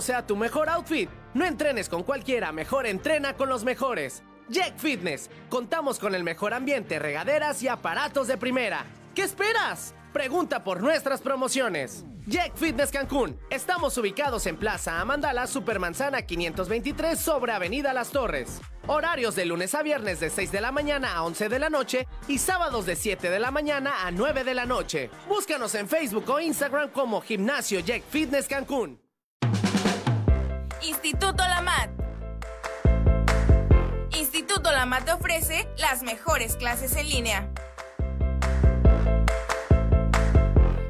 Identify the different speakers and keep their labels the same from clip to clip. Speaker 1: sea tu mejor outfit. No entrenes con cualquiera, mejor entrena con los mejores. Jack Fitness. Contamos con el mejor ambiente, regaderas y aparatos de primera. ¿Qué esperas? Pregunta por nuestras promociones. Jack Fitness Cancún. Estamos ubicados en Plaza Amandala, Supermanzana 523 sobre Avenida Las Torres. Horarios de lunes a viernes de 6 de la mañana a 11 de la noche y sábados de 7 de la mañana a 9 de la noche. Búscanos en Facebook o Instagram como Gimnasio Jack Fitness Cancún.
Speaker 2: Instituto Lamat. Instituto Lamat te ofrece las mejores clases en línea.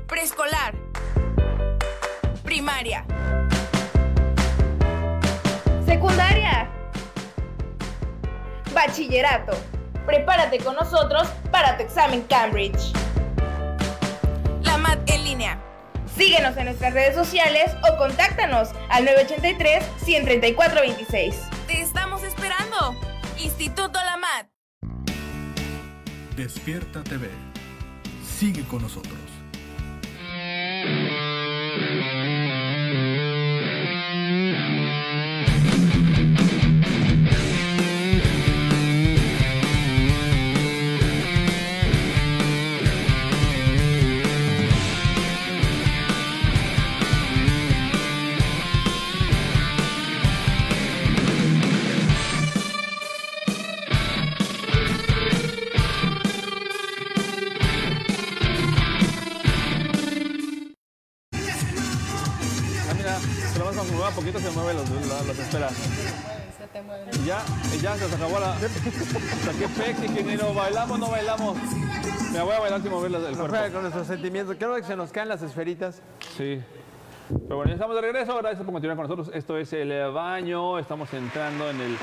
Speaker 2: Preescolar. Primaria.
Speaker 3: Secundaria.
Speaker 2: Bachillerato. Prepárate con nosotros para tu examen Cambridge. Lamat en línea.
Speaker 3: Síguenos en nuestras redes sociales o contáctanos al 983-134-26.
Speaker 2: Te estamos esperando. Instituto Lamat.
Speaker 4: Despierta TV. Sigue con nosotros.
Speaker 5: Ah, mira, se lo vas a mover, a poquito se mueven los, los, las esferas. Ya, ya se nos acabó la. Saqué pex, ingeniero. ¿Bailamos no bailamos? Me voy a bailar sin mover las- el
Speaker 6: Nos
Speaker 5: cuerpo.
Speaker 6: juega con nuestros sentimientos. Creo que se nos caen las esferitas.
Speaker 5: Sí. Pero bueno, ya estamos de regreso. Gracias por continuar con nosotros. Esto es el baño. Estamos entrando en el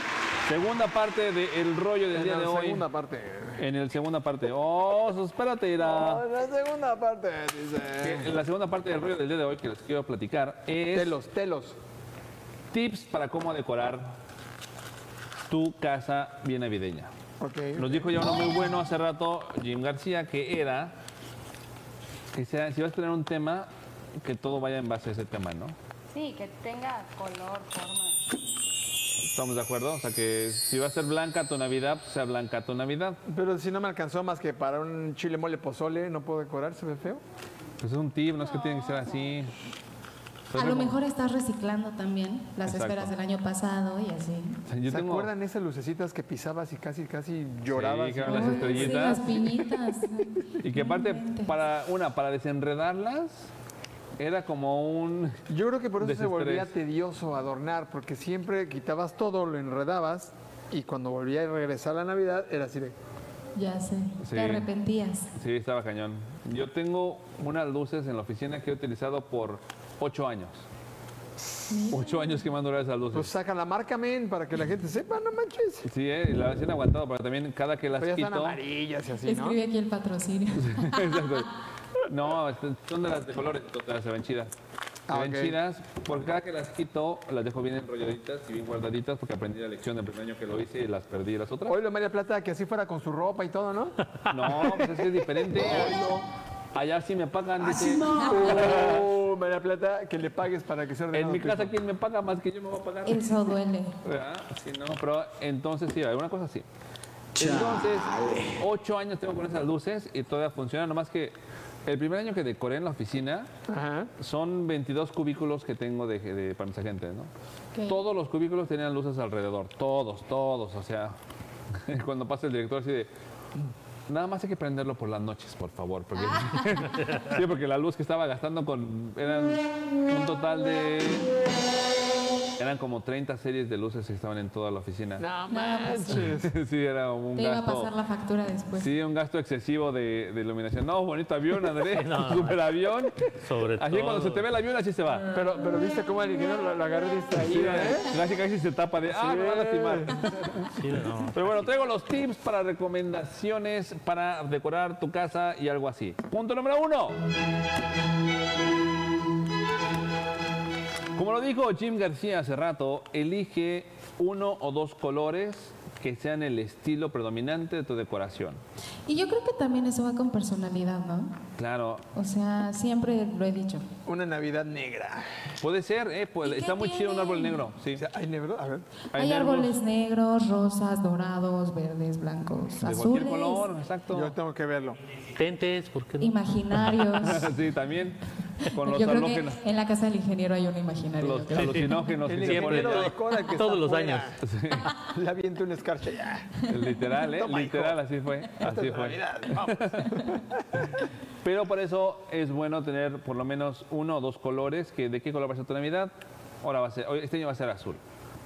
Speaker 5: segunda parte del rollo del
Speaker 6: En
Speaker 5: día
Speaker 6: la
Speaker 5: de hoy.
Speaker 6: segunda parte.
Speaker 5: En el segunda parte. Oh, espérate, irá.
Speaker 6: En la segunda parte,
Speaker 5: Que
Speaker 6: dice.
Speaker 5: en Eh, la segunda parte del rollo del día de hoy que les quiero platicar es
Speaker 6: Telos, telos.
Speaker 5: tips para cómo decorar tu casa bien navideña.
Speaker 6: Ok.
Speaker 5: Nos dijo ya uno muy bueno hace rato, Jim García, que era que sea, si vas a tener un tema, que todo vaya en base a ese tema, ¿no?
Speaker 7: Sí, que tenga color, forma.
Speaker 5: ¿Estamos de acuerdo? O sea, que si va a ser blanca tu Navidad, pues sea blanca tu Navidad.
Speaker 6: Pero si no me alcanzó más que para un chile mole pozole, no puedo decorar, se ve feo.
Speaker 5: Pues es un tip, no es que tiene que ser así.
Speaker 8: A lo
Speaker 5: Entonces,
Speaker 8: mejor estás reciclando también las
Speaker 5: Pues Exacto.
Speaker 8: esferas del año pasado y así.
Speaker 5: o sea, yo
Speaker 6: ¿Se
Speaker 5: tengo-
Speaker 6: acuerdan esas lucecitas que pisabas y casi, casi llorabas?
Speaker 5: que eran las
Speaker 8: Uy, Sí,
Speaker 5: estrellitas.
Speaker 8: las piñitas.
Speaker 5: Y que aparte,
Speaker 8: Realmente.
Speaker 5: para una, para desenredarlas, era como un...
Speaker 6: Yo creo que por eso se
Speaker 5: Desestrés.
Speaker 6: volvía tedioso adornar, porque siempre quitabas todo, lo enredabas y cuando volvía a regresar la Navidad era así de...
Speaker 8: Ya sé.
Speaker 5: Sí.
Speaker 8: Te arrepentías.
Speaker 5: Sí, estaba cañón. Yo tengo unas luces en la oficina que he utilizado por ocho años. Ocho años que me han durado esas
Speaker 6: Pues
Speaker 5: luces.
Speaker 6: saca la marca, men, para que la gente sepa, no manches.
Speaker 5: Sí, eh, y las han aguantado, pero también cada que las
Speaker 6: Pero ya están
Speaker 5: quito...
Speaker 6: amarillas y así, ¿no?
Speaker 8: Escribe aquí el patrocinio.
Speaker 5: Exacto. No, este, son de las de colores, todas se ven chidas. Se
Speaker 6: Ah,
Speaker 5: ven
Speaker 6: ok.
Speaker 5: chidas, por cada que las quito, las dejo bien enrolladitas y bien guardaditas porque aprendí la lección del primer año que lo hice y las perdí las otras.
Speaker 6: Hoy lo María Plata, que así fuera con su ropa y todo, ¿no?
Speaker 5: No, pues es que es diferente. Allá sí me pagan. dice.
Speaker 6: Oh, María Plata, que le pagues para que se ordene.
Speaker 5: En mi casa, ¿quién me paga más que yo me voy a pagar?
Speaker 8: Eso duele.
Speaker 5: ¿Verdad? Sí, no, pero entonces sí, alguna cosa sí. Entonces, ocho años tengo con esas luces y todavía funciona, nomás que el primer año que decoré en la oficina
Speaker 6: Ajá.
Speaker 5: son 22 cubículos que tengo de, de- para mis agentes, ¿no?
Speaker 8: Ok.
Speaker 5: Todos los cubículos tenían luces alrededor, todos, todos, o sea, cuando pasa el director así de... Nada más hay que prenderlo por las noches, por favor, porque,
Speaker 8: Ah.
Speaker 5: sí, porque la luz que estaba gastando con, eran un total de... Eran como 30 series de luces que estaban en toda la oficina.
Speaker 6: No
Speaker 8: Nada más.
Speaker 6: manches.
Speaker 5: sí, era un
Speaker 8: pues, Te iba a
Speaker 5: gasto...
Speaker 8: pasar la factura después.
Speaker 5: Sí, un gasto excesivo de, de iluminación. No, bonito avión, Andrés, super avión.
Speaker 9: Sobre
Speaker 5: Así cuando se te ve el avión, así se va.
Speaker 8: Ah.
Speaker 6: Pero, pero viste cómo el ingeniero lo, lo agarró
Speaker 5: Sí,
Speaker 6: distraído, ¿eh?
Speaker 5: Casi casi se tapa de, ah, me va a lastimar.
Speaker 9: Sí, no.
Speaker 5: Pero bueno, traigo los tips para recomendaciones para decorar tu casa y algo así. Punto número uno. Como lo dijo Jim García hace rato, elige uno o dos colores que sean el estilo predominante de tu decoración.
Speaker 8: Y yo creo que también eso va con personalidad, ¿no?
Speaker 5: Claro,
Speaker 8: O sea, siempre lo he dicho.
Speaker 6: Una Navidad negra.
Speaker 5: puede ser, ¿eh? Pues,
Speaker 8: ¿Y qué
Speaker 5: está muy chido un
Speaker 8: tiene?
Speaker 5: árbol negro. Sí.
Speaker 6: O sea, ¿Hay negro? A ver.
Speaker 5: Hay
Speaker 8: Hay,
Speaker 5: negros.
Speaker 8: árboles negros, rosas, dorados, verdes, blancos,
Speaker 5: De
Speaker 8: azules,
Speaker 5: cualquier color, exacto.
Speaker 6: Yo tengo que verlo.
Speaker 9: Gentes, ¿por qué no?
Speaker 8: imaginarios.
Speaker 5: sí, también. Con los
Speaker 8: Yo creo que
Speaker 5: halógenos.
Speaker 8: en la casa del ingeniero hay un imaginario. yo
Speaker 5: Los
Speaker 8: creo.
Speaker 5: alucinógenos que
Speaker 6: El
Speaker 5: se ponen.
Speaker 6: ingeniero
Speaker 9: ponen-
Speaker 6: de Coda que
Speaker 9: Todos
Speaker 6: está
Speaker 9: los
Speaker 6: afuera.
Speaker 9: años.
Speaker 6: Le aviento una escarcha ya.
Speaker 5: Literal, ¿eh?
Speaker 6: Toma, hijo.
Speaker 5: Literal, así fue.
Speaker 6: Esta
Speaker 5: Así
Speaker 6: es
Speaker 5: fue.
Speaker 6: Navidad, vamos.
Speaker 5: Pero por eso es bueno tener por lo menos uno o dos colores. Que, ¿De qué color va a ser tu Navidad? Ahora va a ser, hoy- este año va a ser azul.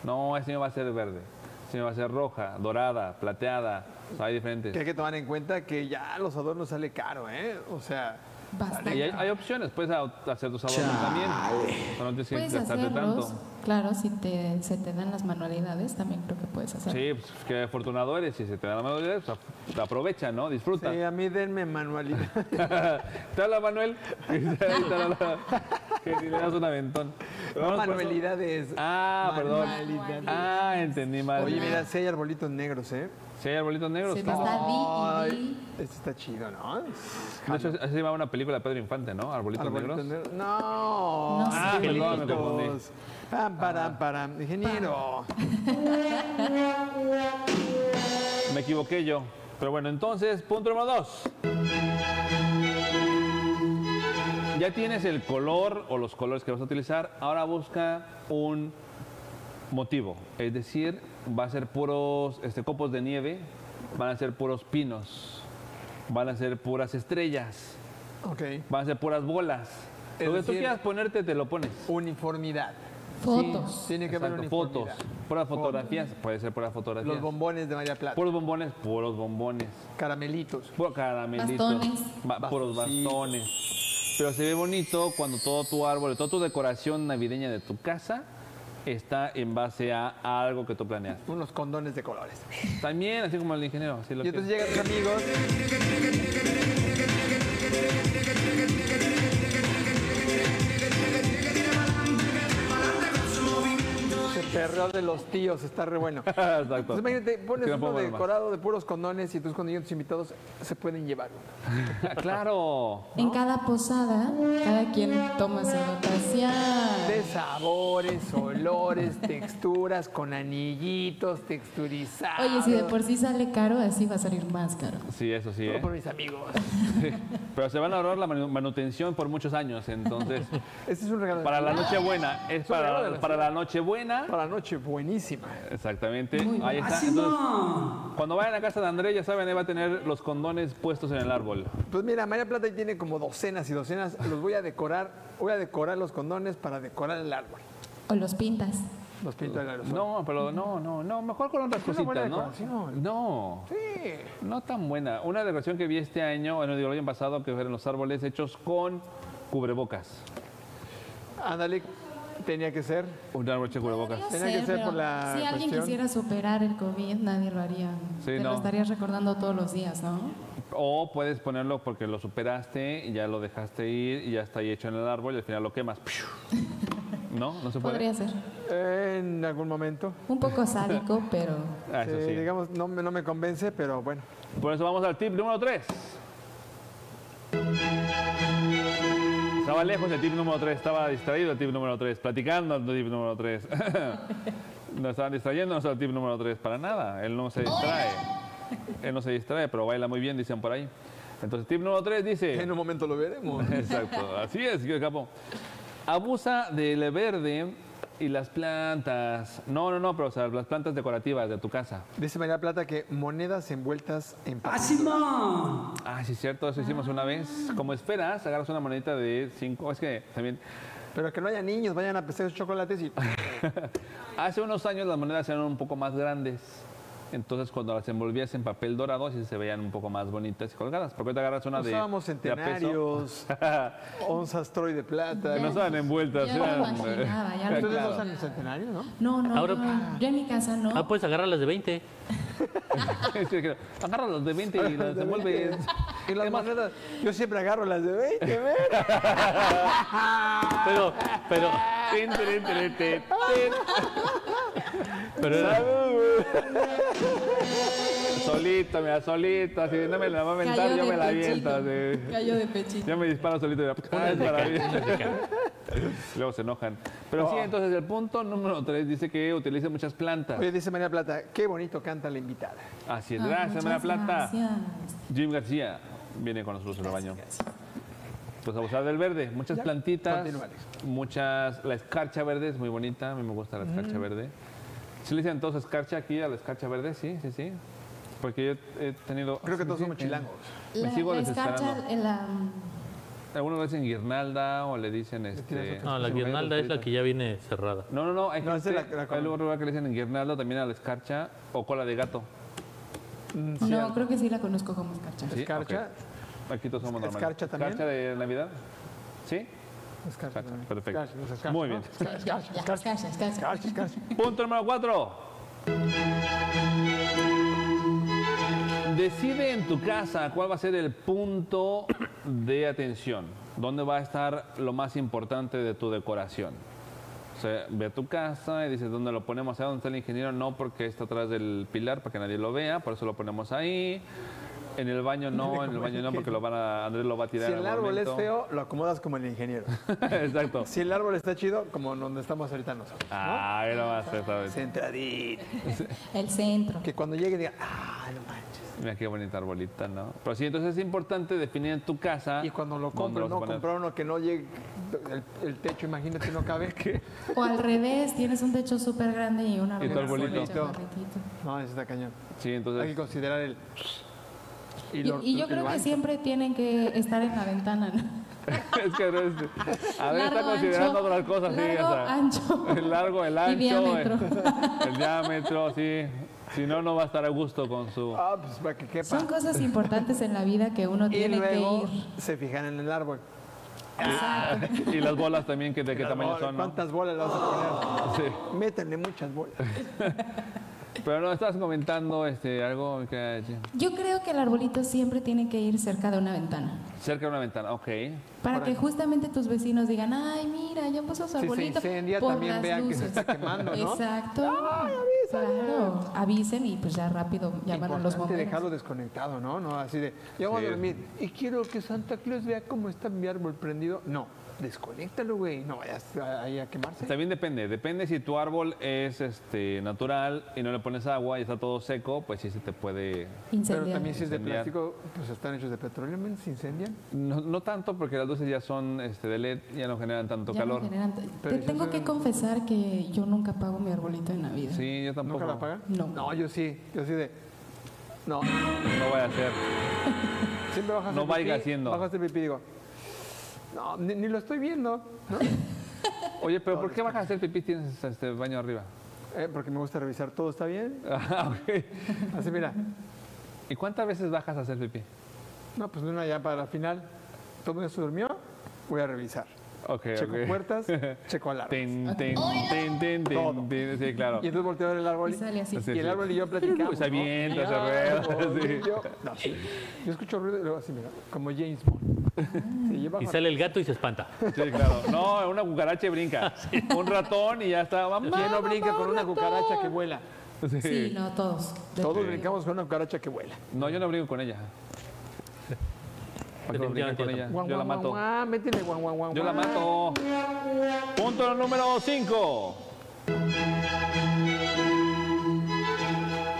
Speaker 5: No, este año va a ser verde. Este año va a ser roja, dorada, plateada. O sea, hay diferentes.
Speaker 6: Que hay que tomar en cuenta que ya los adornos sale caro, ¿eh? O sea,
Speaker 8: Bastante.
Speaker 5: Y hay, hay opciones, puedes a- hacer tus adornos también. O sea, No tienes que
Speaker 8: Puedes
Speaker 5: gastarte
Speaker 8: hacerlos,
Speaker 5: tanto.
Speaker 8: claro, si te, se te dan las manualidades, también creo que puedes hacerlo.
Speaker 5: Sí, pues qué afortunado eres. Si se te da la manualidad, pues, af- aprovecha, ¿no? Disfruta.
Speaker 6: sí, eh, a mí denme manualidad.
Speaker 5: ¿Te habla Manuel? Ahí te habla- que si le das un aventón. Vamos, pues,
Speaker 6: Manualidades.
Speaker 5: Ah, perdón.
Speaker 6: Manualidades.
Speaker 5: Ah, entendí mal.
Speaker 6: Oye, mira, si hay arbolitos negros, ¿eh?
Speaker 5: Si hay arbolitos negros.
Speaker 8: Se
Speaker 5: ¿no?
Speaker 8: les da di y
Speaker 6: Ay,
Speaker 8: di.
Speaker 6: este está chido, ¿no?
Speaker 5: De hecho, así se llamaba una película de Pedro Infante, ¿no? Arbolitos,
Speaker 6: Arbolitos
Speaker 5: negros.
Speaker 6: negros. No.
Speaker 8: No
Speaker 5: Ah,
Speaker 6: arbolitos.
Speaker 5: perdón, me confundí. Ah.
Speaker 6: Pam, param, param. Ingeniero.
Speaker 5: Me equivoqué yo. Pero bueno, entonces, punto número dos. Ya tienes el color o los colores que vas a utilizar. Ahora busca un motivo. Es decir, va a ser puros este, copos de nieve, van a ser puros pinos, van a ser puras estrellas,
Speaker 6: Ok.
Speaker 5: van a ser puras bolas.
Speaker 6: Es
Speaker 5: Lo que tú
Speaker 6: decir-
Speaker 5: quieras ponerte, te lo pones.
Speaker 6: Uniformidad.
Speaker 8: Fotos.
Speaker 6: Tiene que haber
Speaker 5: Exacto,
Speaker 6: uniformidad.
Speaker 5: fotos, puras fotografías, puede ser puras fotografías.
Speaker 6: Los bombones de María Plata.
Speaker 5: Puros bombones, puros bombones.
Speaker 6: Caramelitos.
Speaker 5: Puros caramelitos.
Speaker 8: Bastones.
Speaker 5: Ba- puros
Speaker 6: Sí.
Speaker 5: bastones. Pero se ve bonito cuando todo tu árbol, toda tu decoración navideña de tu casa está en base a algo que tú planeas.
Speaker 6: Unos condones de colores.
Speaker 5: También, así como el ingeniero. así lo
Speaker 6: Y entonces
Speaker 5: quiere.
Speaker 6: llegan tus amigos. Ese perreo de los tíos está re bueno.
Speaker 5: Exacto.
Speaker 6: Entonces imagínate,
Speaker 5: Que
Speaker 6: pones
Speaker 5: no
Speaker 6: uno
Speaker 5: puedo ver más.
Speaker 6: decorado de puros condones y tus condiciones invitados se pueden llevar uno.
Speaker 5: Ah, claro.
Speaker 8: En cada posada, cada quien toma su notación.
Speaker 6: De sabores, olores, texturas, con anillitos, texturizados.
Speaker 8: Oye, si de por sí sale caro, así va a salir más caro.
Speaker 5: Sí, eso sí.
Speaker 6: Todo
Speaker 5: ¿eh?
Speaker 6: por mis amigos.
Speaker 5: Pero se van a ahorrar la manu- manutención por muchos años. Entonces,
Speaker 6: Este es un regalo. de
Speaker 5: para la
Speaker 6: Navidad.
Speaker 5: noche buena. Es
Speaker 6: regalo
Speaker 5: para,
Speaker 6: de la
Speaker 5: para la noche buena.
Speaker 6: Para la noche, buenísima.
Speaker 5: Exactamente. Ahí está. Entonces, cuando vayan a casa de André, ya saben, ahí va a tener los condones puestos en el árbol.
Speaker 6: Pues mira, María Plata ahí tiene como docenas y docenas. Los voy a decorar. Voy a decorar los condones para decorar el árbol.
Speaker 8: O los pintas.
Speaker 6: Los pinto del aerosol.
Speaker 5: No, pero no, no, no. Mejor con otras
Speaker 6: Es una buena
Speaker 5: cositas, ¿no?
Speaker 6: decoración.
Speaker 5: No,
Speaker 6: Sí.
Speaker 5: no tan buena. Una decoración que vi este año, bueno, digo, el año pasado, que eran los árboles hechos con cubrebocas.
Speaker 6: Ándale, tenía que ser.
Speaker 5: Un árbol hecho de cubrebocas.
Speaker 6: Tenía que ser por la
Speaker 8: si alguien
Speaker 6: cuestión.
Speaker 8: quisiera superar el COVID, nadie lo haría.
Speaker 5: Sí,
Speaker 8: Te
Speaker 5: no.
Speaker 8: lo estarías recordando todos los días, ¿no?
Speaker 5: O puedes ponerlo porque lo superaste y ya lo dejaste ir y ya está ahí hecho en el árbol y al final lo quemas. ¿No?
Speaker 6: Pues,
Speaker 5: ¿No se puede?
Speaker 8: Podría ser.
Speaker 6: Eh, En algún momento.
Speaker 8: Un poco sádico, pero
Speaker 5: Ah, eso
Speaker 6: Eh,
Speaker 5: sí.
Speaker 6: Digamos, no, me- no me convence, pero bueno.
Speaker 5: Por eso vamos al tip número 3. Estaba lejos el tip número 3, estaba distraído el tip número 3, platicando el tip número 3. Nos estaban distrayéndonos al tip número 3, para nada, él no se distrae. Él no se distrae, pero baila muy bien, dicen por ahí. Entonces, tip número 3 dice...
Speaker 6: En un momento lo veremos.
Speaker 5: Exacto, así es, señor Capo. Abusa del verde y las plantas. No, no, no, pero o sea, las plantas decorativas de tu casa.
Speaker 6: Dice María Plata que monedas envueltas en papel.
Speaker 5: Ah, sí, es cierto, eso hicimos una vez. Como esperas, agarras una monedita de 5. Es que también.
Speaker 6: Pero que no haya niños, vayan a pescar esos chocolates y.
Speaker 5: Hace unos años las monedas eran un poco más grandes. Entonces, cuando las envolvías en papel dorado, sí se veían un poco más bonitas y colgadas. Porque te agarras una de.
Speaker 6: Usábamos
Speaker 5: de a peso.
Speaker 6: centenarios, onzas Troy de plata.
Speaker 5: No estaban envueltas.
Speaker 8: ya lo
Speaker 5: eran-
Speaker 8: imaginaba, ya lo
Speaker 6: Ustedes
Speaker 5: Claro.
Speaker 6: usan el centenario, ¿no?
Speaker 8: no, no,
Speaker 9: Ahora-
Speaker 8: no, yo en mi casa no.
Speaker 9: Ah, puedes agarrar las de 20.
Speaker 5: Sí, claro. Agarra las de 20 y las envuelves.
Speaker 6: Y las monedas, yo siempre agarro las de 20, ¿ves?
Speaker 9: Pero, pero,
Speaker 5: Tin, tin, tin, tin, tin.
Speaker 9: Pero era-
Speaker 5: solito, mira, solito. Así, no me la va a aventar, yo me la aviento. así.
Speaker 8: Cayó de pechito.
Speaker 5: Ya me disparo solito. ya, ah, es para mí. Luego se enojan. Pero sí,
Speaker 9: Oh.
Speaker 5: entonces el punto número 3 dice que utilice muchas plantas.
Speaker 6: Oye, dice María Plata, qué bonito canta la invitada.
Speaker 5: Así es,
Speaker 8: Ay,
Speaker 5: gracias, María
Speaker 8: Ah, muchas
Speaker 5: Plata.
Speaker 8: gracias.
Speaker 5: Jim García viene con nosotros al baño. Pues abusar del verde, muchas plantitas,
Speaker 6: continúa, Alex.
Speaker 5: muchas, la escarcha verde es muy bonita, a mí me gusta la
Speaker 8: Mm.
Speaker 5: escarcha verde. ¿Se le dicen todos escarcha aquí a la escarcha verde? Sí, sí, sí. Porque yo he tenido...
Speaker 6: Creo que todos
Speaker 5: Sí,
Speaker 6: somos
Speaker 5: sí.
Speaker 6: chilangos.
Speaker 5: Me
Speaker 8: La,
Speaker 5: sigo
Speaker 8: la
Speaker 5: desesperando.
Speaker 8: escarcha, eh, la,
Speaker 5: Algunos le dicen guirnalda o le dicen este...
Speaker 9: No, la guirnalda es la que ya viene cerrada.
Speaker 5: No, no, no, hay,
Speaker 6: No, esa
Speaker 5: gente,
Speaker 6: es la- la
Speaker 5: hay
Speaker 6: cola.
Speaker 5: lugar que le dicen guirnalda también a la escarcha o cola de gato.
Speaker 8: no, creo que sí la conozco como escarcha.
Speaker 5: ¿sí?
Speaker 6: Mm, Escarcha.
Speaker 5: Ok. Aquí todos somos normales.
Speaker 6: ¿Escarcha también?
Speaker 5: ¿Escarcha de Navidad? ¿Sí?
Speaker 6: Escarcha
Speaker 5: Exacto,
Speaker 6: también.
Speaker 5: perfecto.
Speaker 6: Escarcha, los escarcha,
Speaker 5: Muy
Speaker 6: ¿no?
Speaker 5: bien.
Speaker 8: Ya, ya, la Escarcha, escarcha.
Speaker 6: Escarcha, escarcha.
Speaker 5: Punto número cuatro. Decide en tu casa cuál va a ser el punto de atención, dónde va a estar lo más importante de tu decoración. O sea, ve a tu casa y dices dónde lo ponemos, ¿A dónde está el ingeniero, no porque está atrás del pilar para que nadie lo vea, por eso lo ponemos ahí. En el baño no, en el baño no porque lo van a Andrés lo va a tirar.
Speaker 6: Si
Speaker 5: en
Speaker 6: el
Speaker 5: algún
Speaker 6: árbol es
Speaker 5: momento.
Speaker 6: feo, lo acomodas como el ingeniero.
Speaker 5: Exacto.
Speaker 6: Si el árbol está chido, como donde estamos ahorita nosotros.
Speaker 5: Ah, ahí lo vas a hacer.
Speaker 6: Centradito.
Speaker 8: El centro.
Speaker 6: Que cuando llegue diga, ah, no manches.
Speaker 5: Mira qué bonita arbolita, ¿no? Pero sí, entonces es importante definir en tu casa.
Speaker 6: Y cuando lo
Speaker 5: dónde
Speaker 6: compro,
Speaker 5: vas a
Speaker 6: no
Speaker 5: poner.
Speaker 6: comprar uno que no llegue el, el techo, imagínate, no cabe.
Speaker 8: O al revés, tienes un techo súper grande y un árbol.
Speaker 5: arbolito.
Speaker 8: súper chaparritito.
Speaker 6: No, ese está cañón.
Speaker 5: Sí,
Speaker 6: Hay que
Speaker 5: entonces.
Speaker 6: considerar el.
Speaker 8: Y,
Speaker 6: lo-
Speaker 8: y yo
Speaker 6: el
Speaker 8: creo que
Speaker 6: ancho.
Speaker 8: siempre tienen que estar en la ventana, ¿no?
Speaker 5: es que no es- A ver, está
Speaker 8: Largo,
Speaker 5: considerando
Speaker 8: ancho.
Speaker 5: otras cosas, sí.
Speaker 8: Largo,
Speaker 5: o sea,
Speaker 8: ancho.
Speaker 5: El largo, el
Speaker 8: Y
Speaker 5: ancho.
Speaker 8: diámetro.
Speaker 5: El, el diámetro, sí. Si no, no va a estar a gusto con su.
Speaker 6: Ah, pues para que quepa.
Speaker 8: Son cosas importantes en la vida que uno
Speaker 6: y
Speaker 8: tiene que
Speaker 6: luego
Speaker 8: ir.
Speaker 6: se fijan en el árbol.
Speaker 5: ah. Y las bolas también, que de qué
Speaker 6: El
Speaker 5: tamaño
Speaker 6: árbol,
Speaker 5: son, ¿no?
Speaker 6: ¿Cuántas bolas le vas a
Speaker 5: Sí.
Speaker 6: poner? Métanle muchas bolas.
Speaker 5: Pero no, estás comentando este, algo que.
Speaker 8: Yo creo que el arbolito siempre tiene que ir cerca de una ventana.
Speaker 5: Cerca de una ventana, ok.
Speaker 8: Para que justamente tus vecinos digan, ay, mira, ya puso su
Speaker 6: se
Speaker 8: arbolito.
Speaker 6: incendia,
Speaker 8: por
Speaker 6: también
Speaker 8: las
Speaker 6: vean que se
Speaker 8: luces".
Speaker 6: está quemando, ¿no?
Speaker 8: Exacto. Claro, avisen y pues ya rápido llaman a los
Speaker 6: Importante
Speaker 8: bomberos.
Speaker 6: dejarlo desconectado, ¿no? No así de, yo voy
Speaker 5: Sí.
Speaker 6: a dormir y quiero que Santa Claus vea cómo está mi árbol prendido. No, desconéctalo, güey. No vayas a- ahí a quemarse.
Speaker 5: También depende, depende si tu árbol es este, natural y no le pones agua y está todo seco, pues sí se te puede
Speaker 6: Pero
Speaker 8: Incendiar.
Speaker 6: también si es de
Speaker 5: Incendiar.
Speaker 6: plástico, pues están hechos de petróleo, men, se incendian.
Speaker 5: No, no tanto porque las luces ya son este, de LED, ya no generan tanto
Speaker 8: Ya no
Speaker 5: calor.
Speaker 8: generan-
Speaker 6: Pero
Speaker 8: Te
Speaker 6: ya
Speaker 8: tengo
Speaker 6: se-
Speaker 8: que confesar que yo nunca pago mi arbolito de Navidad.
Speaker 5: Sí, yo tampoco.
Speaker 6: ¿Nunca la apagan?
Speaker 8: No.
Speaker 6: No, yo sí. Yo sí de, no.
Speaker 5: No voy a hacer.
Speaker 6: Siempre bajas
Speaker 5: No
Speaker 6: el
Speaker 5: vaya
Speaker 6: pipí,
Speaker 5: haciendo.
Speaker 6: Bajas el pipí y digo, no, ni, ni lo estoy viendo, ¿no?
Speaker 5: Oye, pero ¿por qué vas a hacer pipí si tienes este baño arriba?
Speaker 6: Eh, porque me gusta revisar todo, ¿está bien?
Speaker 5: Ah, ok.
Speaker 6: Así, mira.
Speaker 5: ¿Y cuántas veces bajas a hacer pipí?
Speaker 6: No, pues una ya para la final. Todo el mundo se durmió, voy a revisar.
Speaker 5: Ok,
Speaker 6: Checo
Speaker 5: ok.
Speaker 6: puertas, checo alarmas.
Speaker 5: Ten, ten, ten, ten, ten,
Speaker 6: Todo.
Speaker 5: ten. Sí, claro.
Speaker 6: Y entonces volteo a ver el árbol.
Speaker 8: Y sale así.
Speaker 5: Sí,
Speaker 6: y el
Speaker 5: sí.
Speaker 6: árbol y yo platicamos.
Speaker 5: Se avienta, se rueda,
Speaker 6: árbol,
Speaker 5: sí.
Speaker 6: y Yo, no, sí. Yo escucho ruido y luego así, mira, como James Bond.
Speaker 8: Ah.
Speaker 6: Sí, yo bajo-
Speaker 9: Y sale el gato y se espanta.
Speaker 5: Sí, claro. No, una cucaracha y brinca. Un ratón y ya está. Mamá,
Speaker 6: ¿Quién no
Speaker 5: mamá,
Speaker 6: brinca con una
Speaker 5: ratón.
Speaker 6: cucaracha que vuela?
Speaker 5: Sí.
Speaker 8: Sí, no, todos.
Speaker 6: Todos brincamos con una cucaracha que vuela.
Speaker 5: No, yo no brinco con ella. Yo no brinco con ella.
Speaker 6: Guau,
Speaker 5: Yo la
Speaker 6: guau,
Speaker 5: mato.
Speaker 6: guau, guau, métele guau, guau, guau,
Speaker 5: Yo la
Speaker 6: guau.
Speaker 5: mato. Punto número 5.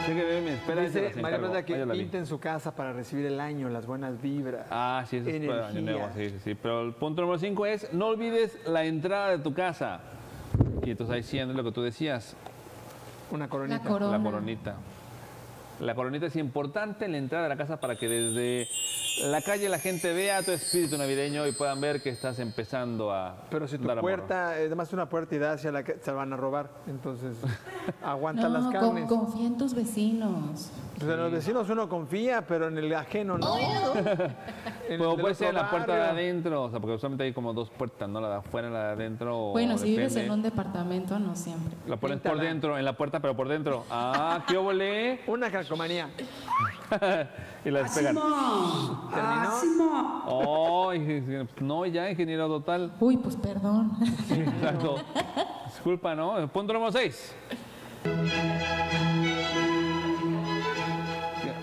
Speaker 5: Sí que me espera y se las
Speaker 6: Dice María
Speaker 5: encargo.
Speaker 6: Plata que
Speaker 5: Ahí la vi.
Speaker 6: pinten su casa para recibir el año, las buenas vibras.
Speaker 5: Ah, sí, eso es para año nuevo,
Speaker 6: energía.
Speaker 5: sí, sí, sí. Pero el punto número 5 es no olvides la entrada de tu casa. Y entonces ahí sí, Andrés, lo que tú decías,
Speaker 6: Una coronita.
Speaker 8: La corona.
Speaker 5: la coronita. La coronita es importante en la entrada de la casa para que desde la calle la gente vea tu espíritu navideño y puedan ver que estás empezando a
Speaker 6: Pero si tu
Speaker 5: dar amor.
Speaker 6: puerta, eh, además una puerta y da hacia la que se la van a robar, entonces aguanta
Speaker 8: No,
Speaker 6: las
Speaker 8: con-
Speaker 6: carnes.
Speaker 8: confía en tus vecinos.
Speaker 6: O sea, en los vecinos uno confía, pero en el ajeno no. En
Speaker 5: Pero
Speaker 6: el
Speaker 5: puede
Speaker 6: del
Speaker 5: ser en
Speaker 6: otro
Speaker 5: la puerta de
Speaker 6: barrio.
Speaker 5: adentro, o sea, porque usualmente hay como dos puertas, ¿no? La de afuera y la de
Speaker 6: Oh,
Speaker 5: adentro. o
Speaker 8: bueno, si vives en
Speaker 5: depende.
Speaker 8: un departamento, no siempre.
Speaker 5: La pones por
Speaker 6: Píntala.
Speaker 5: dentro, en la puerta, pero por dentro. ¡Ah, qué volé!
Speaker 6: Una calcomanía.
Speaker 5: y la despegan.
Speaker 6: Terminó.
Speaker 5: ¡Oh! y dije, pues, No, ya, ingeniero total.
Speaker 8: Uy, pues perdón.
Speaker 5: Sí, exacto. Disculpa, ¿no? Punto número 6.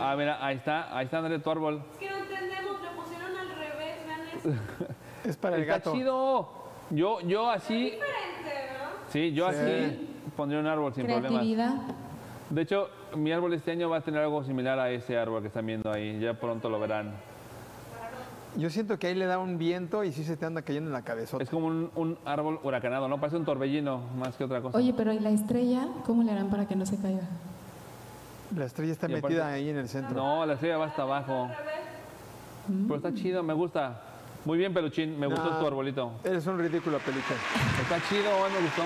Speaker 5: Ah, mira, ahí está, ahí está André tu árbol.
Speaker 10: que no entendemos, lo pusieron al revés, vean eso.
Speaker 6: Es para el
Speaker 5: está
Speaker 6: gato.
Speaker 5: chido. Yo, yo así,
Speaker 10: Diferente, ¿no?
Speaker 5: sí, yo
Speaker 6: Sí.
Speaker 5: así pondría un árbol sin problemas.
Speaker 8: Creatividad.
Speaker 5: De hecho, mi árbol este año va a tener algo similar a ese árbol que están viendo ahí. Ya pronto lo verán.
Speaker 6: Yo siento que ahí le da un viento y sí se te anda cayendo en la cabezota.
Speaker 5: Es como un, un árbol huracanado, ¿no? Parece un torbellino más que otra cosa.
Speaker 8: Oye, pero ¿y la estrella? ¿Cómo le harán para que no se caiga?
Speaker 6: La estrella está
Speaker 5: Y aparte-
Speaker 6: metida ahí en el centro. ¿Mm?
Speaker 5: No, la estrella va hasta abajo. Pero está chido, me gusta. Muy bien, Peluchín, me gustó
Speaker 6: Nah.
Speaker 5: tu arbolito.
Speaker 6: Eres un ridículo, peluche.
Speaker 5: Está chido, hoy me gustó.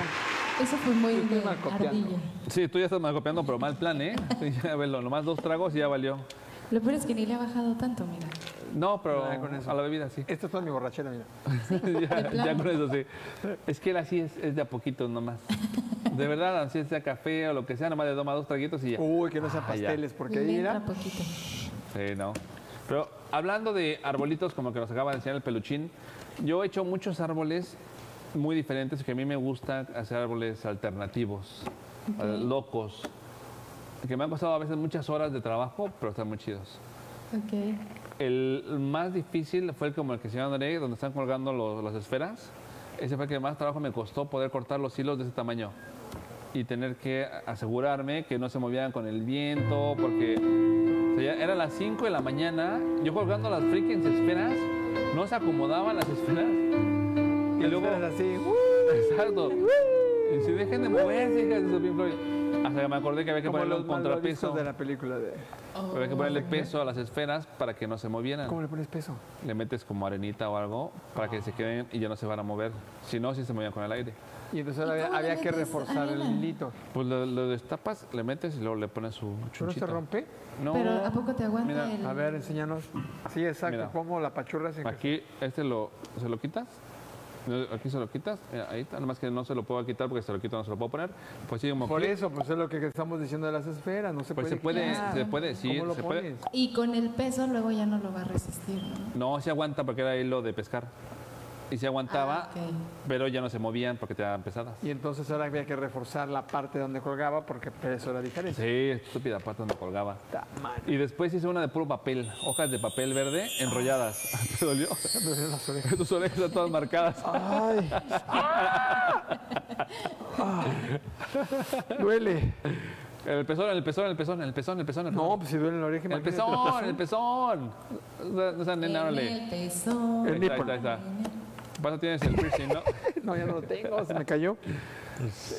Speaker 8: Eso fue muy
Speaker 6: Yo estoy
Speaker 8: de
Speaker 6: mal copiando.
Speaker 8: ardilla.
Speaker 5: Sí, tú ya estás mal copiando, pero mal plan, ¿eh? Sí, ya verlo, nomás dos tragos y ya valió.
Speaker 8: Lo peor es que ni le ha bajado tanto, mira.
Speaker 5: No, pero
Speaker 6: Nada con eso.
Speaker 5: a la bebida sí.
Speaker 6: Esta es toda mi borrachera, mira.
Speaker 5: ya,
Speaker 8: De plano.
Speaker 5: ya con eso sí. Es que él así es, es de a poquito nomás. De verdad, así sea café o lo que sea, nomás le toma dos traguitos y ya.
Speaker 6: Uy, que no sean
Speaker 5: Ah, ya.
Speaker 6: pasteles, porque ahí
Speaker 8: Le entra
Speaker 6: mira.
Speaker 8: poquito.
Speaker 5: Sí, no. Pero hablando de arbolitos, como el que nos acaba de enseñar el peluchín, yo he hecho muchos árboles muy diferentes que a mí me gusta hacer árboles alternativos, eh, locos, que me han costado a veces muchas horas de trabajo, pero están muy chidos.
Speaker 8: Ok.
Speaker 5: El más difícil fue el como el que se André, donde están colgando lo- las esferas. Ese fue el que más trabajo me costó poder cortar los hilos de ese tamaño y tener que asegurarme que no se movieran con el viento, porque o sea, ya eran las 5 de la mañana, yo colgando las freaking esferas, no se acomodaban las esferas. Y
Speaker 6: Las
Speaker 5: luego,
Speaker 6: esferas así. uh,
Speaker 5: exacto. Y si dejen de moverse, hijas de su Pink Floyd. Hasta que me acordé que había que
Speaker 6: Como
Speaker 5: ponerle
Speaker 6: los
Speaker 5: un contrapeso.
Speaker 6: malvaviscos de la Oh. película. de-
Speaker 5: Había que ponerle peso a las esferas para que no se movieran
Speaker 6: ¿Cómo le pones peso?
Speaker 5: le metes como arenita o algo para que se queden y ya no se van a mover. Si no, si se movían con el aire.
Speaker 6: Y entonces
Speaker 8: ¿Y
Speaker 6: había,
Speaker 8: cómo le
Speaker 6: había que
Speaker 8: metes
Speaker 6: reforzar el
Speaker 8: arena?
Speaker 6: hilito.
Speaker 5: Pues lo, lo destapas, le metes y luego le pones su
Speaker 6: ¿Pero no
Speaker 5: chunchita.
Speaker 6: se rompe?
Speaker 5: No.
Speaker 8: Pero ¿a poco te aguanta
Speaker 5: Mira,
Speaker 8: el...?
Speaker 6: A ver, enséñanos. Sí, exacto.
Speaker 5: Mira.
Speaker 6: ¿Cómo la pachurra se
Speaker 5: Aquí, este lo, ¿se lo quitas? No, Aquí se lo quitas, mira, ahí está, nada más que no se lo puedo quitar porque se lo quito, no se lo puedo poner. Pues sí, como
Speaker 6: Por
Speaker 5: clip,
Speaker 6: eso, pues es lo que estamos diciendo de las esferas. No se
Speaker 5: pues se
Speaker 6: puede.
Speaker 5: puede,
Speaker 6: quitar.
Speaker 5: se puede, sí,
Speaker 6: ¿Cómo lo
Speaker 5: se puede.
Speaker 6: pones?
Speaker 8: Y con el peso luego ya no lo va a resistir, ¿no?
Speaker 5: No, se aguanta porque era hilo de pescar. Y se aguantaba,
Speaker 8: Ah, ok.
Speaker 5: pero ya no se movían porque te daban pesadas.
Speaker 6: Y entonces ahora había que reforzar la parte donde colgaba porque eso era diferente.
Speaker 5: Sí, estúpida pata donde colgaba. Y después hice una de puro papel, hojas de papel verde enrolladas. ¿Te dolió? Tus orejas están todas marcadas.
Speaker 6: Ay. Duele.
Speaker 5: El pezón, el pezón, el pezón, el pezón, el pezón. El
Speaker 6: No,
Speaker 5: pezón.
Speaker 6: pues si duele la oreja,
Speaker 5: el
Speaker 6: imagínate.
Speaker 5: pezón, el pezón. O sea, o sea, nena,
Speaker 8: En
Speaker 5: órale.
Speaker 8: el peso.
Speaker 5: Ahí
Speaker 6: El
Speaker 5: está, ahí
Speaker 6: nipple.
Speaker 5: está, ahí está. Para eso tienes el piercing, ¿no?
Speaker 6: No, ya no lo tengo, se me cayó.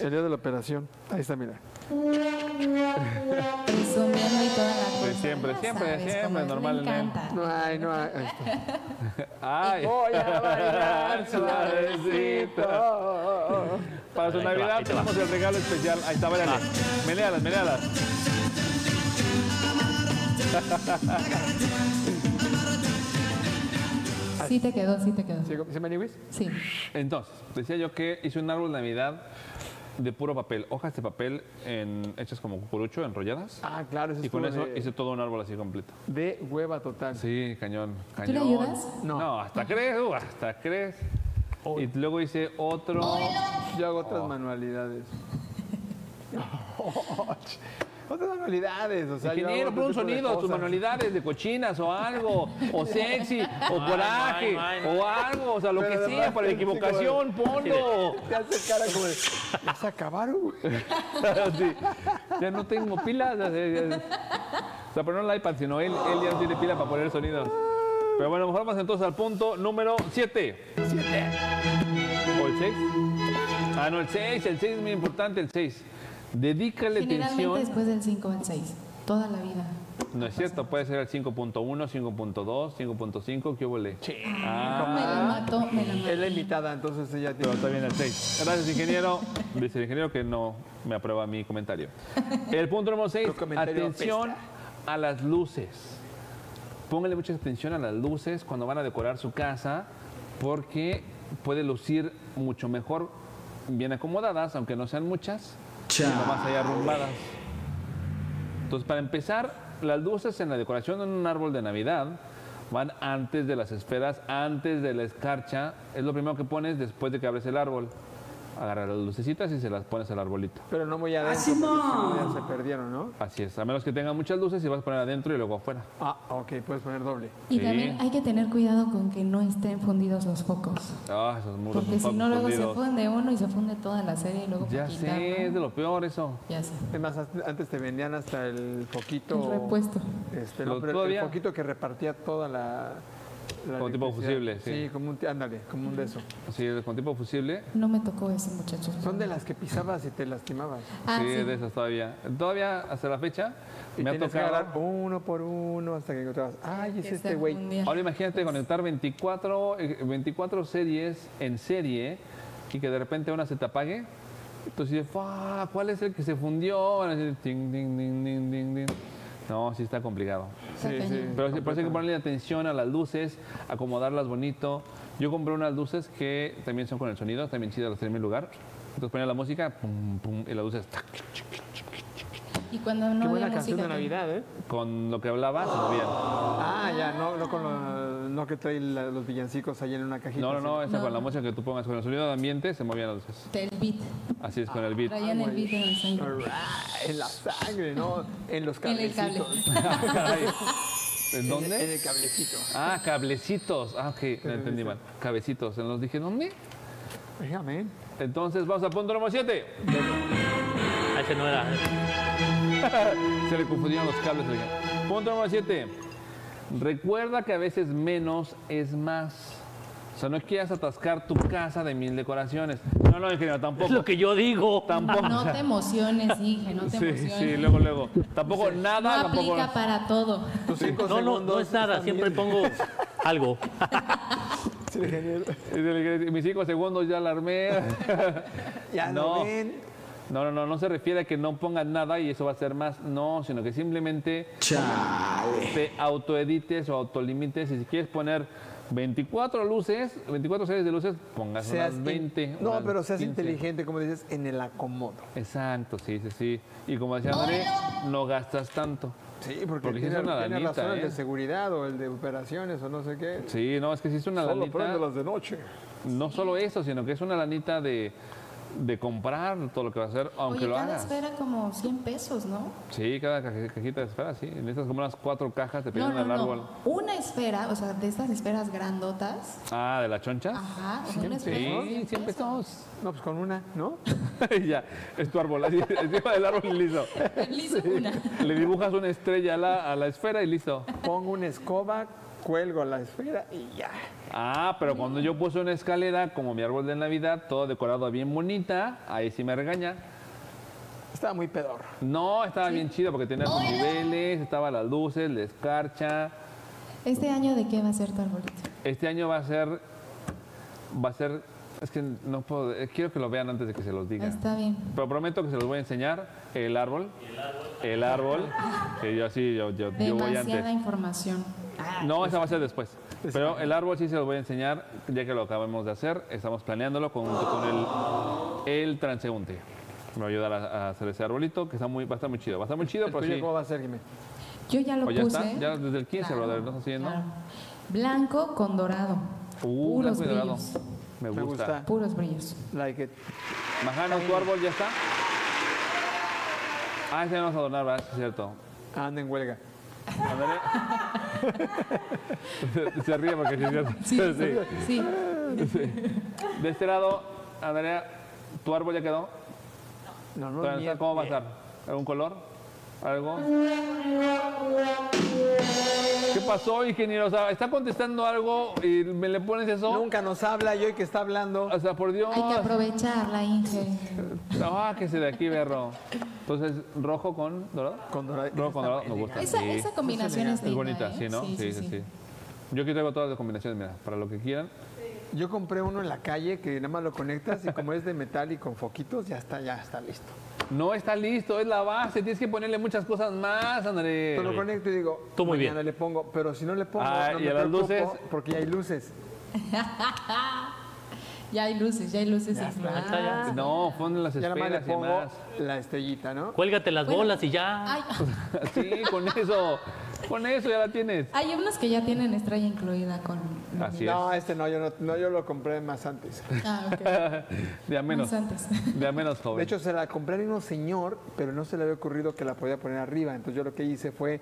Speaker 6: El día de la operación. Ahí está, mira.
Speaker 8: Presumiendo y toda la cosa.
Speaker 5: siempre,
Speaker 8: ya
Speaker 5: siempre,
Speaker 8: sabes
Speaker 5: siempre,
Speaker 8: cómo es,
Speaker 5: normal en
Speaker 8: Me
Speaker 5: él.
Speaker 8: encanta.
Speaker 6: No hay, no hay. Ahí está.
Speaker 5: Ay.
Speaker 6: Voy a bailar
Speaker 5: suavecita.
Speaker 6: suavecito.
Speaker 5: Para su
Speaker 9: Ahí te va,
Speaker 5: Navidad
Speaker 9: ahí te va.
Speaker 5: tenemos el regalo especial. Ahí está, véanle. Meléalas, meléalas.
Speaker 8: Sí te quedó, sí te quedó.
Speaker 6: ¿Sí, ¿Sí, Maniwis?
Speaker 8: Sí.
Speaker 5: Entonces, decía yo que hice un árbol de Navidad de puro papel, hojas de papel en- hechas como cucurucho, enrolladas.
Speaker 6: Ah, claro, ese
Speaker 5: Y con
Speaker 6: estuvo
Speaker 5: eso
Speaker 6: de,
Speaker 5: hice todo un árbol así completo.
Speaker 6: de hueva total.
Speaker 5: Sí, cañón, cañón.
Speaker 8: le ayudas?
Speaker 5: No.
Speaker 6: No.
Speaker 5: hasta crees, uh, hasta crees. Y luego hice otro.
Speaker 6: Yo hago
Speaker 5: Oh.
Speaker 6: otras manualidades. otras manualidades, o sea, yo hago
Speaker 5: Ingeniero,
Speaker 6: otro
Speaker 5: pon un
Speaker 6: tipo de
Speaker 5: sonido, sus
Speaker 6: cosas.
Speaker 5: manualidades de cochinas o algo, o sexy, o
Speaker 9: Ay,
Speaker 5: coraje,
Speaker 9: ay, ay.
Speaker 5: o algo, o sea, lo
Speaker 6: Pero
Speaker 5: que
Speaker 6: de
Speaker 5: sea,
Speaker 6: verdad,
Speaker 5: por
Speaker 6: sí, sí,
Speaker 5: equivocación, ponlo.
Speaker 6: Te hace cara como de, ¿ya se acabaron? güey?"
Speaker 5: Sí. Ya no tengo pilas. O sea, ya- o sea, pero no el iPad, sino él, él ya no tiene pila para poner sonidos. Pero bueno, mejor vamos entonces al punto número 7. ¿O el 6? Ah, no, el 6, el 6 es muy importante, el 6. Dedícale atención.
Speaker 8: Generalmente después del 5 al 6. Toda la vida.
Speaker 5: No es cierto, puede ser el 5.1, 5.2, 5.5, ¿qué huele? Ah,
Speaker 8: Me la mató, me la
Speaker 6: Es
Speaker 8: mató.
Speaker 6: la
Speaker 5: e-
Speaker 6: invitada, entonces ella
Speaker 5: Pero
Speaker 6: tiene...
Speaker 5: está bien el 6. Gracias, ingeniero. Dice el ingeniero que no me aprueba mi comentario. El punto número 6,
Speaker 6: Tu comentario
Speaker 5: atención a las luces. Póngale mucha atención a las luces cuando van a decorar su casa porque puede lucir mucho mejor bien acomodadas, aunque no sean muchas, sino más allá arrumbadas. Entonces, para empezar, las luces en la decoración en un árbol de Navidad van antes de las esferas, antes de la escarcha. Es lo primero que pones después de que abres el árbol. agarras las lucecitas y se las pones al arbolito.
Speaker 6: Pero no muy
Speaker 8: Ah,
Speaker 6: adentro. porque si no, ya se perdieron, ¿no?
Speaker 5: Así es, a menos que tenga muchas luces y vas a poner adentro y luego afuera.
Speaker 6: Ah, ok, puedes poner doble.
Speaker 8: Y
Speaker 5: Sí.
Speaker 8: también hay que tener cuidado con que no estén fundidos los focos.
Speaker 5: Ah, esos muros
Speaker 8: Porque si
Speaker 5: son
Speaker 8: no,
Speaker 5: todos
Speaker 8: luego se
Speaker 5: fundidos.
Speaker 8: funde uno y se funde toda la serie y luego
Speaker 5: Ya
Speaker 8: para quitarlo.
Speaker 5: sé, es de lo peor eso.
Speaker 8: Ya sé.
Speaker 6: Es más, hasta- antes te vendían hasta el foquito.
Speaker 8: El repuesto.
Speaker 6: Este, no,
Speaker 5: Lo-
Speaker 6: pero
Speaker 5: todavía-
Speaker 6: el foquito que repartía toda la. la
Speaker 5: Como tipo
Speaker 6: electricidad.
Speaker 5: fusible, sí.
Speaker 6: Sí, como un. Ándale, como un de esos.
Speaker 5: Sí, con tipo fusible.
Speaker 8: No me tocó eso, muchachos.
Speaker 6: Son de las que pisabas y te lastimabas.
Speaker 8: Ah,
Speaker 5: sí,
Speaker 8: sí.
Speaker 5: de esas todavía. Todavía hasta la fecha
Speaker 6: Y
Speaker 5: me ha
Speaker 6: tienes que agarrar
Speaker 5: tocado.
Speaker 6: uno por uno hasta que encontrabas. Ay, es
Speaker 8: Que
Speaker 6: este
Speaker 8: se
Speaker 6: güey.
Speaker 8: fundía.
Speaker 5: Ahora imagínate conectar 24, eh, 24 series en serie y que de repente una se te apague. Entonces dices, "Fua, ¿cuál es el que se fundió? Van a decir, "Ting, ting, ting, ting, ting, ting". No, sí está complicado.
Speaker 8: Está cañón.
Speaker 5: Pero sí, por eso hay que ponerle atención a las luces, acomodarlas bonito. Yo compré unas luces que también son con el sonido, también chidas las tenía en mi lugar. Entonces ponía la música, pum, pum, y las luces tac,
Speaker 8: Y cuando no
Speaker 6: Qué
Speaker 8: había
Speaker 6: buena canción
Speaker 8: música.
Speaker 6: de Navidad, ¿eh?
Speaker 5: con lo que hablaba se movían.
Speaker 6: Ah, ya, no, no con lo, no que trae la- los villancicos ahí en una cajita.
Speaker 5: No, no, no,
Speaker 6: así.
Speaker 5: esa con la música que tú pongas, con el sonido de ambiente se movían las luces.
Speaker 8: El beat.
Speaker 5: Así es, con el beat.
Speaker 8: Traían el beat en el sangre.
Speaker 6: Alright, En la sangre, ¿no? En los
Speaker 8: En el
Speaker 6: cablecitos.
Speaker 8: cable.
Speaker 5: Caray. ¿En
Speaker 6: En
Speaker 5: dónde?
Speaker 6: el cablecito.
Speaker 5: Ah, cablecitos. Ah, ok, no entendí mal. Cabecitos. En los dije, ¿dónde?
Speaker 6: Fíjame.
Speaker 5: Entonces vamos a punto número 7.
Speaker 9: Ah, ese no era.
Speaker 5: Se le confundieron los cables. oiga. Punto número 7. Recuerda que a veces menos es más. O sea, no quieras atascar tu casa de mil decoraciones. No, no, ingeniero,
Speaker 9: Es
Speaker 5: tampoco.
Speaker 9: lo que yo digo.
Speaker 5: Tampoco. o
Speaker 8: No
Speaker 5: sea,
Speaker 8: te emociones, hija, no te
Speaker 5: sí,
Speaker 8: emociones.
Speaker 5: sí, luego, luego. Tampoco
Speaker 8: no
Speaker 5: nada, tampoco. Pues,
Speaker 8: aplica para todo.
Speaker 6: Tus cinco
Speaker 9: No, no, no
Speaker 6: segundos
Speaker 9: es nada.
Speaker 6: están
Speaker 9: Siempre
Speaker 6: bien.
Speaker 9: pongo algo.
Speaker 6: Sí, ingeniero.
Speaker 5: Y le dije, Mis cinco segundos ya alarmé.
Speaker 6: Ya
Speaker 5: No.
Speaker 6: lo ven.
Speaker 5: No, no, no, no se refiere a que no pongan nada y eso va a ser más. No, sino que simplemente te autoedites o autolimites. Y si quieres poner 24 luces, 24 series de luces, pongas
Speaker 6: Seas
Speaker 5: unas
Speaker 6: in-
Speaker 5: 20.
Speaker 6: No,
Speaker 5: unas
Speaker 6: pero seas
Speaker 5: 15.
Speaker 6: inteligente, como dices, en el acomodo.
Speaker 5: Exacto, sí, sí, sí. Y como decía André, no gastas tanto.
Speaker 6: Sí, porque,
Speaker 5: Porque sí
Speaker 6: tiene,
Speaker 5: es una
Speaker 6: tiene
Speaker 5: lanita,
Speaker 6: razón el
Speaker 5: ¿eh?
Speaker 6: de seguridad o el de operaciones o no sé qué.
Speaker 5: Sí, no, es que sí es una
Speaker 6: Solo
Speaker 5: lanita.
Speaker 6: prende las de noche.
Speaker 5: No solo eso, sino que es una lanita de, de comprar todo lo que vas a hacer, aunque
Speaker 8: Oye,
Speaker 5: lo
Speaker 8: cada
Speaker 5: hagas.
Speaker 8: esfera como 100 pesos, ¿no?
Speaker 5: Sí, cada caje- cajita de esfera, sí. Necesitas como unas cuatro cajas, te
Speaker 8: No,
Speaker 5: piden
Speaker 8: no,
Speaker 5: al árbol.
Speaker 8: no. Una esfera, o sea, de estas esferas grandotas.
Speaker 5: Ah, de la choncha.
Speaker 8: Ajá, o sea, una esfera. de 100
Speaker 5: Sí, 100
Speaker 8: pesos.
Speaker 5: pesos.
Speaker 6: No, pues con una, ¿no?
Speaker 5: Y ya, es tu árbol, así, encima del árbol y listo.
Speaker 8: Liso una.
Speaker 5: Le dibujas una estrella a la, a la esfera y listo.
Speaker 6: Pongo una escoba, cuelgo la esfera y ya.
Speaker 5: Ah, pero cuando yo puse una escalera, como mi árbol de Navidad, todo decorado bien bonita, ahí sí me regaña.
Speaker 6: Estaba muy pedor.
Speaker 5: No, estaba bien chido porque tenía sus niveles, estaba las luces, la escarcha.
Speaker 8: Este año, ¿de qué va a ser tu arbolito?
Speaker 5: Este año va a ser, va a ser, es que no puedo, eh, quiero que lo vean antes de que se los diga.
Speaker 8: Está bien.
Speaker 5: Pero prometo que se los voy a enseñar el árbol. El árbol. Que yo así, yo, yo, yo voy antes.
Speaker 8: Demasiada información.
Speaker 5: No, esa va a ser después. Pero el árbol sí se los voy a enseñar ya que lo acabamos de hacer. Estamos planeándolo con, con el, el transeúnte. Me va a ayudar a, a hacer ese arbolito que está muy, va a estar muy chido. Va a estar muy chido,
Speaker 6: El
Speaker 5: pero
Speaker 6: tuyo,
Speaker 5: sí.
Speaker 6: ¿Cómo va a ser, Jimé?
Speaker 8: Yo ya lo
Speaker 5: ¿O ya
Speaker 8: puse.
Speaker 5: está? Ya desde el 15, brother, ¿no? Así, ¿no?
Speaker 8: claro. Blanco con dorado.
Speaker 5: Uh,
Speaker 8: puros
Speaker 5: blanco y dorado.
Speaker 8: brillos.
Speaker 5: Me
Speaker 6: Me
Speaker 5: gusta.
Speaker 6: gusta.
Speaker 8: Puros brillos.
Speaker 6: Like it.
Speaker 5: Majano, ¿tu árbol ya está? Ah, ese no vamos a donar, ¿verdad? Sí, es cierto.
Speaker 6: Anda en huelga.
Speaker 5: se ríe porque sí es cierto. Sí.
Speaker 8: Sí.
Speaker 5: De este lado, Andrea, ¿tu árbol ya quedó?
Speaker 6: No, no,
Speaker 5: Todavía no
Speaker 6: mía.
Speaker 5: está. ¿Cómo va a estar? ¿Algún color? ¿Algo? ¿Qué pasó, ingeniero? O sea, está contestando algo y me le pones eso.
Speaker 6: Nunca nos habla y hoy que está hablando.
Speaker 5: O sea, por Dios.
Speaker 8: Hay que aprovecharla, Inge.
Speaker 5: Ah, que se de aquí, berro. Entonces, rojo con dorado.
Speaker 6: Con dorado.
Speaker 5: Rojo con dorado, me gusta.
Speaker 8: Esa,
Speaker 5: sí.
Speaker 8: esa combinación es,
Speaker 5: Es
Speaker 8: linda,
Speaker 5: bonita,
Speaker 8: ¿eh?
Speaker 5: sí, ¿no? Sí, sí, sí. Yo aquí traigo todas las combinaciones, mira, para lo que quieran.
Speaker 6: Yo compré uno en la calle que nada más lo conectas y como es de metal y con foquitos, ya está, ya está listo.
Speaker 5: No está listo, es la base, tienes que ponerle muchas cosas más, André.
Speaker 6: Yo lo conecto y digo,
Speaker 9: Tú muy
Speaker 6: mañana
Speaker 9: bien.
Speaker 6: le pongo, pero si no le pongo,
Speaker 5: Ah,
Speaker 6: no
Speaker 5: ¿y
Speaker 6: me
Speaker 5: a las
Speaker 6: preocupo
Speaker 5: luces?
Speaker 6: porque ya hay luces.
Speaker 8: Ya hay luces, ya hay luces. Ah.
Speaker 9: Ahí está,
Speaker 8: infladas.
Speaker 9: ya.
Speaker 5: No, ponen las
Speaker 6: Ya nada más le
Speaker 5: esferas y
Speaker 6: pongo
Speaker 5: más.
Speaker 6: Ah. la estrellita, ¿no?
Speaker 9: Cuélgate las bolas y ya.
Speaker 8: Ay,
Speaker 5: Sí, con eso. Con eso ya la tienes.
Speaker 8: Hay unos que ya tienen estrella incluida con...
Speaker 5: Así es.
Speaker 6: No, este no yo, no, no, yo lo compré más antes.
Speaker 8: Ah, ok.
Speaker 5: De a menos.
Speaker 8: Más antes.
Speaker 5: De a menos joven.
Speaker 6: De hecho, se la compré a un señor, pero no se le había ocurrido que la podía poner arriba. Entonces yo lo que hice fue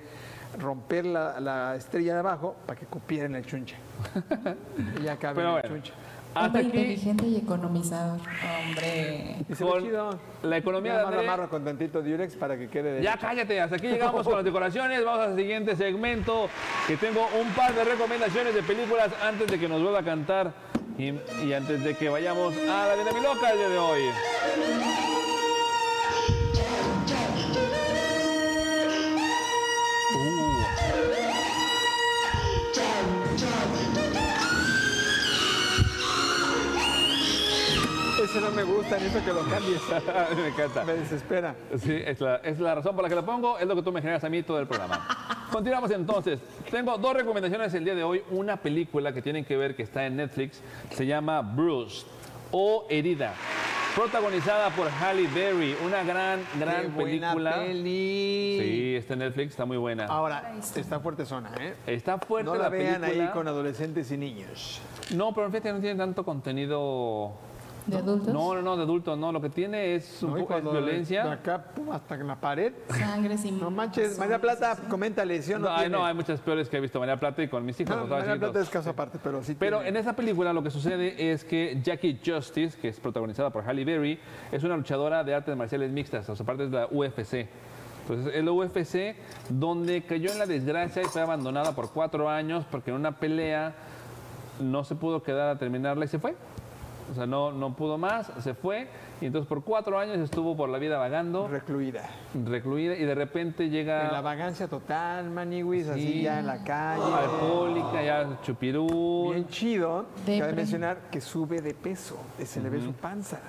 Speaker 6: romper la, la estrella de abajo para que cupieran el chunche. y ya cabe
Speaker 5: Pero
Speaker 6: en el
Speaker 5: bueno.
Speaker 6: chunche.
Speaker 5: Ah, Hasta
Speaker 8: Hombre
Speaker 5: aquí
Speaker 8: inteligente y economizador. Hombre.
Speaker 6: Y se ve
Speaker 5: con
Speaker 6: chido.
Speaker 5: la economía de
Speaker 6: Nada más lo
Speaker 5: André.
Speaker 6: amarro con tantito Durex para que quede de
Speaker 5: Ya cállate, hasta aquí llegamos con las decoraciones. Vamos al siguiente segmento. Que tengo un par de recomendaciones de películas antes de que nos vuelva a cantar y, y antes de que vayamos a la dinamiloca loca el día de hoy. Uh.
Speaker 6: Ese no me gusta, necesito que lo cambies.
Speaker 5: Me encanta.
Speaker 6: Me desespera.
Speaker 5: Sí, es la, es la razón por la que la pongo, es lo que tú me generas a mí todo el programa. Continuamos entonces. Tengo dos recomendaciones el día de hoy. Una película que tienen que ver que está en Netflix, se llama Bruce o Herida, protagonizada por Halle Berry, una gran, gran
Speaker 6: Qué buena
Speaker 5: película.
Speaker 6: peli.
Speaker 5: Sí, está en Netflix, está muy buena.
Speaker 6: Ahora, está fuerte zona, ¿eh?
Speaker 5: Está fuerte
Speaker 6: No la,
Speaker 5: la
Speaker 6: vean
Speaker 5: película.
Speaker 6: ahí con adolescentes y niños.
Speaker 5: No, pero fíjate, no tiene tanto contenido.
Speaker 8: ¿De adultos?
Speaker 5: No, no, no, de adulto, no. Lo que tiene es un
Speaker 6: No, y
Speaker 5: poco de
Speaker 6: cuando de-
Speaker 5: violencia.
Speaker 6: de acá, pum, hasta en la pared.
Speaker 8: Sangre sin...
Speaker 6: No manches, María Plata, coméntale, ¿sí o no?
Speaker 5: No, ay, no,
Speaker 6: tiene?
Speaker 5: hay muchas peores que he visto María Plata y con mis hijos.
Speaker 6: No,
Speaker 5: cuando estaban
Speaker 6: María Plata
Speaker 5: chiquitos.
Speaker 6: es caso aparte, pero sí.
Speaker 5: Pero
Speaker 6: tiene-
Speaker 5: en esta película lo que sucede es que Jackie Justice, que es protagonizada por Halle Berry, es una luchadora de artes marciales mixtas, o sea, parte de la UFC. Entonces, es la UFC donde cayó en la desgracia y fue abandonada por cuatro años porque en una pelea no se pudo quedar a terminarla y se fue. O sea, no, no pudo más, se fue. Y entonces por cuatro años estuvo por la vida vagando,
Speaker 6: recluida.
Speaker 5: recluida, y de repente
Speaker 6: En la
Speaker 5: llega
Speaker 6: vagancia total, maniwis,
Speaker 5: Ah. Sí. Ah,
Speaker 6: así ya en la calle.
Speaker 5: alcohólica, ya chupirú.
Speaker 6: Bien chido.
Speaker 8: Depre.
Speaker 6: Cabe mencionar que sube de peso, se le ve su panza.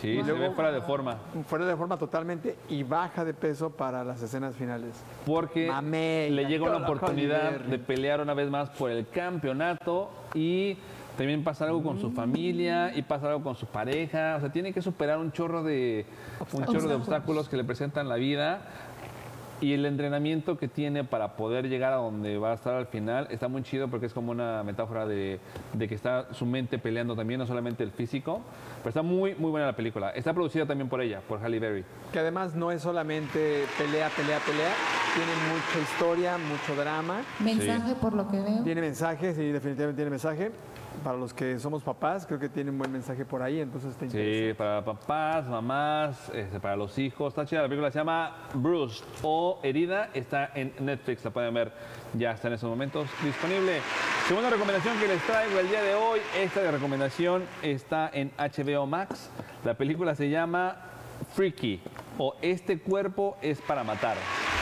Speaker 5: Sí, se ve fuera de forma.
Speaker 6: Fuera de forma totalmente y baja de peso para las escenas finales.
Speaker 5: porque
Speaker 6: Mamey,
Speaker 5: le
Speaker 6: la
Speaker 5: llega una
Speaker 6: cola,
Speaker 5: oportunidad
Speaker 6: Oliver.
Speaker 5: de pelear una vez más por el campeonato y también pasa algo con su familia y pasa algo con su pareja, o sea, tiene que superar un chorro de un chorro de
Speaker 8: Obstáculos.
Speaker 5: obstáculos que le presentan la vida y el entrenamiento que tiene para poder llegar a donde va a estar al final está muy chido porque es como una metáfora de, de que está su mente peleando también, no solamente el físico, pero está muy muy buena la película. Está producida también por ella, por Halle Berry.
Speaker 6: Que además no es solamente pelea, pelea, pelea. Tiene mucha historia, mucho drama.
Speaker 8: Mensaje por lo que veo.
Speaker 6: Tiene mensajes y definitivamente tiene mensaje. Para los que somos papás, creo que tiene un buen mensaje por ahí, entonces te interesa.
Speaker 5: Sí, para papás, mamás, este, para los hijos. Está chida la película, se llama Bruce o Herida. Está en Netflix, la pueden ver. Ya está en esos momentos disponible. Segunda recomendación que les traigo el día de hoy. Esta de recomendación está en HBO Max. La película se llama Freaky o Este cuerpo es para matar.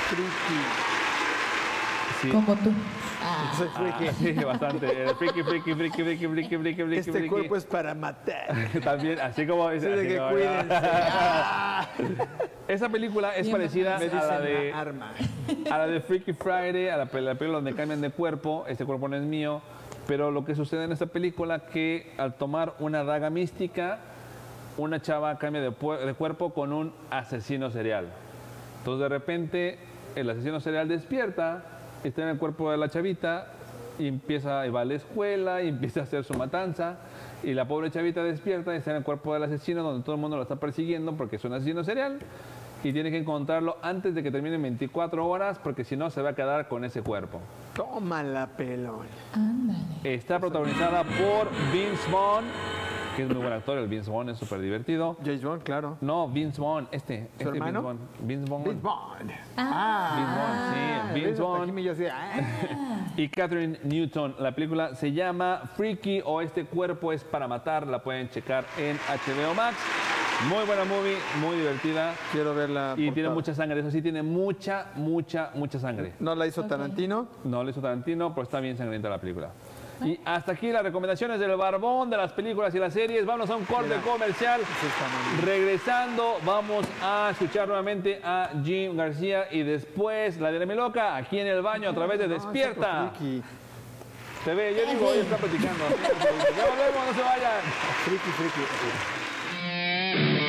Speaker 6: Friki.
Speaker 5: Sí.
Speaker 8: Como tú. Ah,
Speaker 6: Soy
Speaker 5: Ah,
Speaker 6: friki.
Speaker 5: sí, bastante. Eh, Freaky, freaky, freaky, freaky, freaky, freaky, freaky.
Speaker 6: Este
Speaker 5: freaky.
Speaker 6: cuerpo es para matar.
Speaker 5: También, así como
Speaker 6: Sí,
Speaker 5: dice.
Speaker 6: de
Speaker 5: así
Speaker 6: que
Speaker 5: como-
Speaker 6: cuídense.
Speaker 5: Esa película es
Speaker 8: Bien,
Speaker 5: parecida
Speaker 6: Me
Speaker 5: a la
Speaker 6: dicen
Speaker 5: de
Speaker 6: la arma.
Speaker 5: a la de Freaky Friday, a la, pe- la película donde cambian de cuerpo, este cuerpo no es mío, pero lo que sucede en esta película que al tomar una daga mística, una chava cambia de, puer- de cuerpo con un asesino serial. Entonces de repente el asesino serial despierta, está en el cuerpo de la chavita y empieza y va a la escuela y empieza a hacer su matanza y la pobre chavita despierta y está en el cuerpo del asesino donde todo el mundo la está persiguiendo porque es un asesino serial y tiene que encontrarlo antes de que terminen 24 horas porque si no se va a quedar con ese cuerpo.
Speaker 6: Toma la pelón.
Speaker 8: ándale.
Speaker 5: Está protagonizada por Vince Vaughn, que es muy buen actor, el Vince Vaughn es súper divertido.
Speaker 6: James Bond, claro.
Speaker 5: No, Vince Vaughn, este, este Vince
Speaker 6: hermano?
Speaker 5: Vaughn. Vince
Speaker 6: Vince
Speaker 5: Vaughn.
Speaker 6: Bond.
Speaker 5: sí, Vince
Speaker 6: Ah, ¿ves? Hasta aquí
Speaker 5: Vaughn
Speaker 6: me hice, ah.
Speaker 5: y Catherine Newton. La película se llama Freaky o Este Cuerpo es para Matar. La pueden checar en HBO Max. Muy buena movie, muy divertida.
Speaker 6: Quiero verla.
Speaker 5: Y tiene mucha sangre, eso sí, tiene mucha, mucha, mucha sangre.
Speaker 6: No la hizo Tarantino.
Speaker 5: No lo hizo Tarantino, pero está bien sangrienta la película. Y hasta aquí las recomendaciones del barbón, de las películas y las series. Vamos a un corte comercial.
Speaker 6: está muy
Speaker 5: Regresando, vamos a escuchar nuevamente a Jim García y después la de mi loca aquí en el baño a través de Despierta.
Speaker 6: Friki,
Speaker 5: Se ve, yo digo, hoy está platicando. Ya volvemos, no se vayan.
Speaker 6: friki, friki.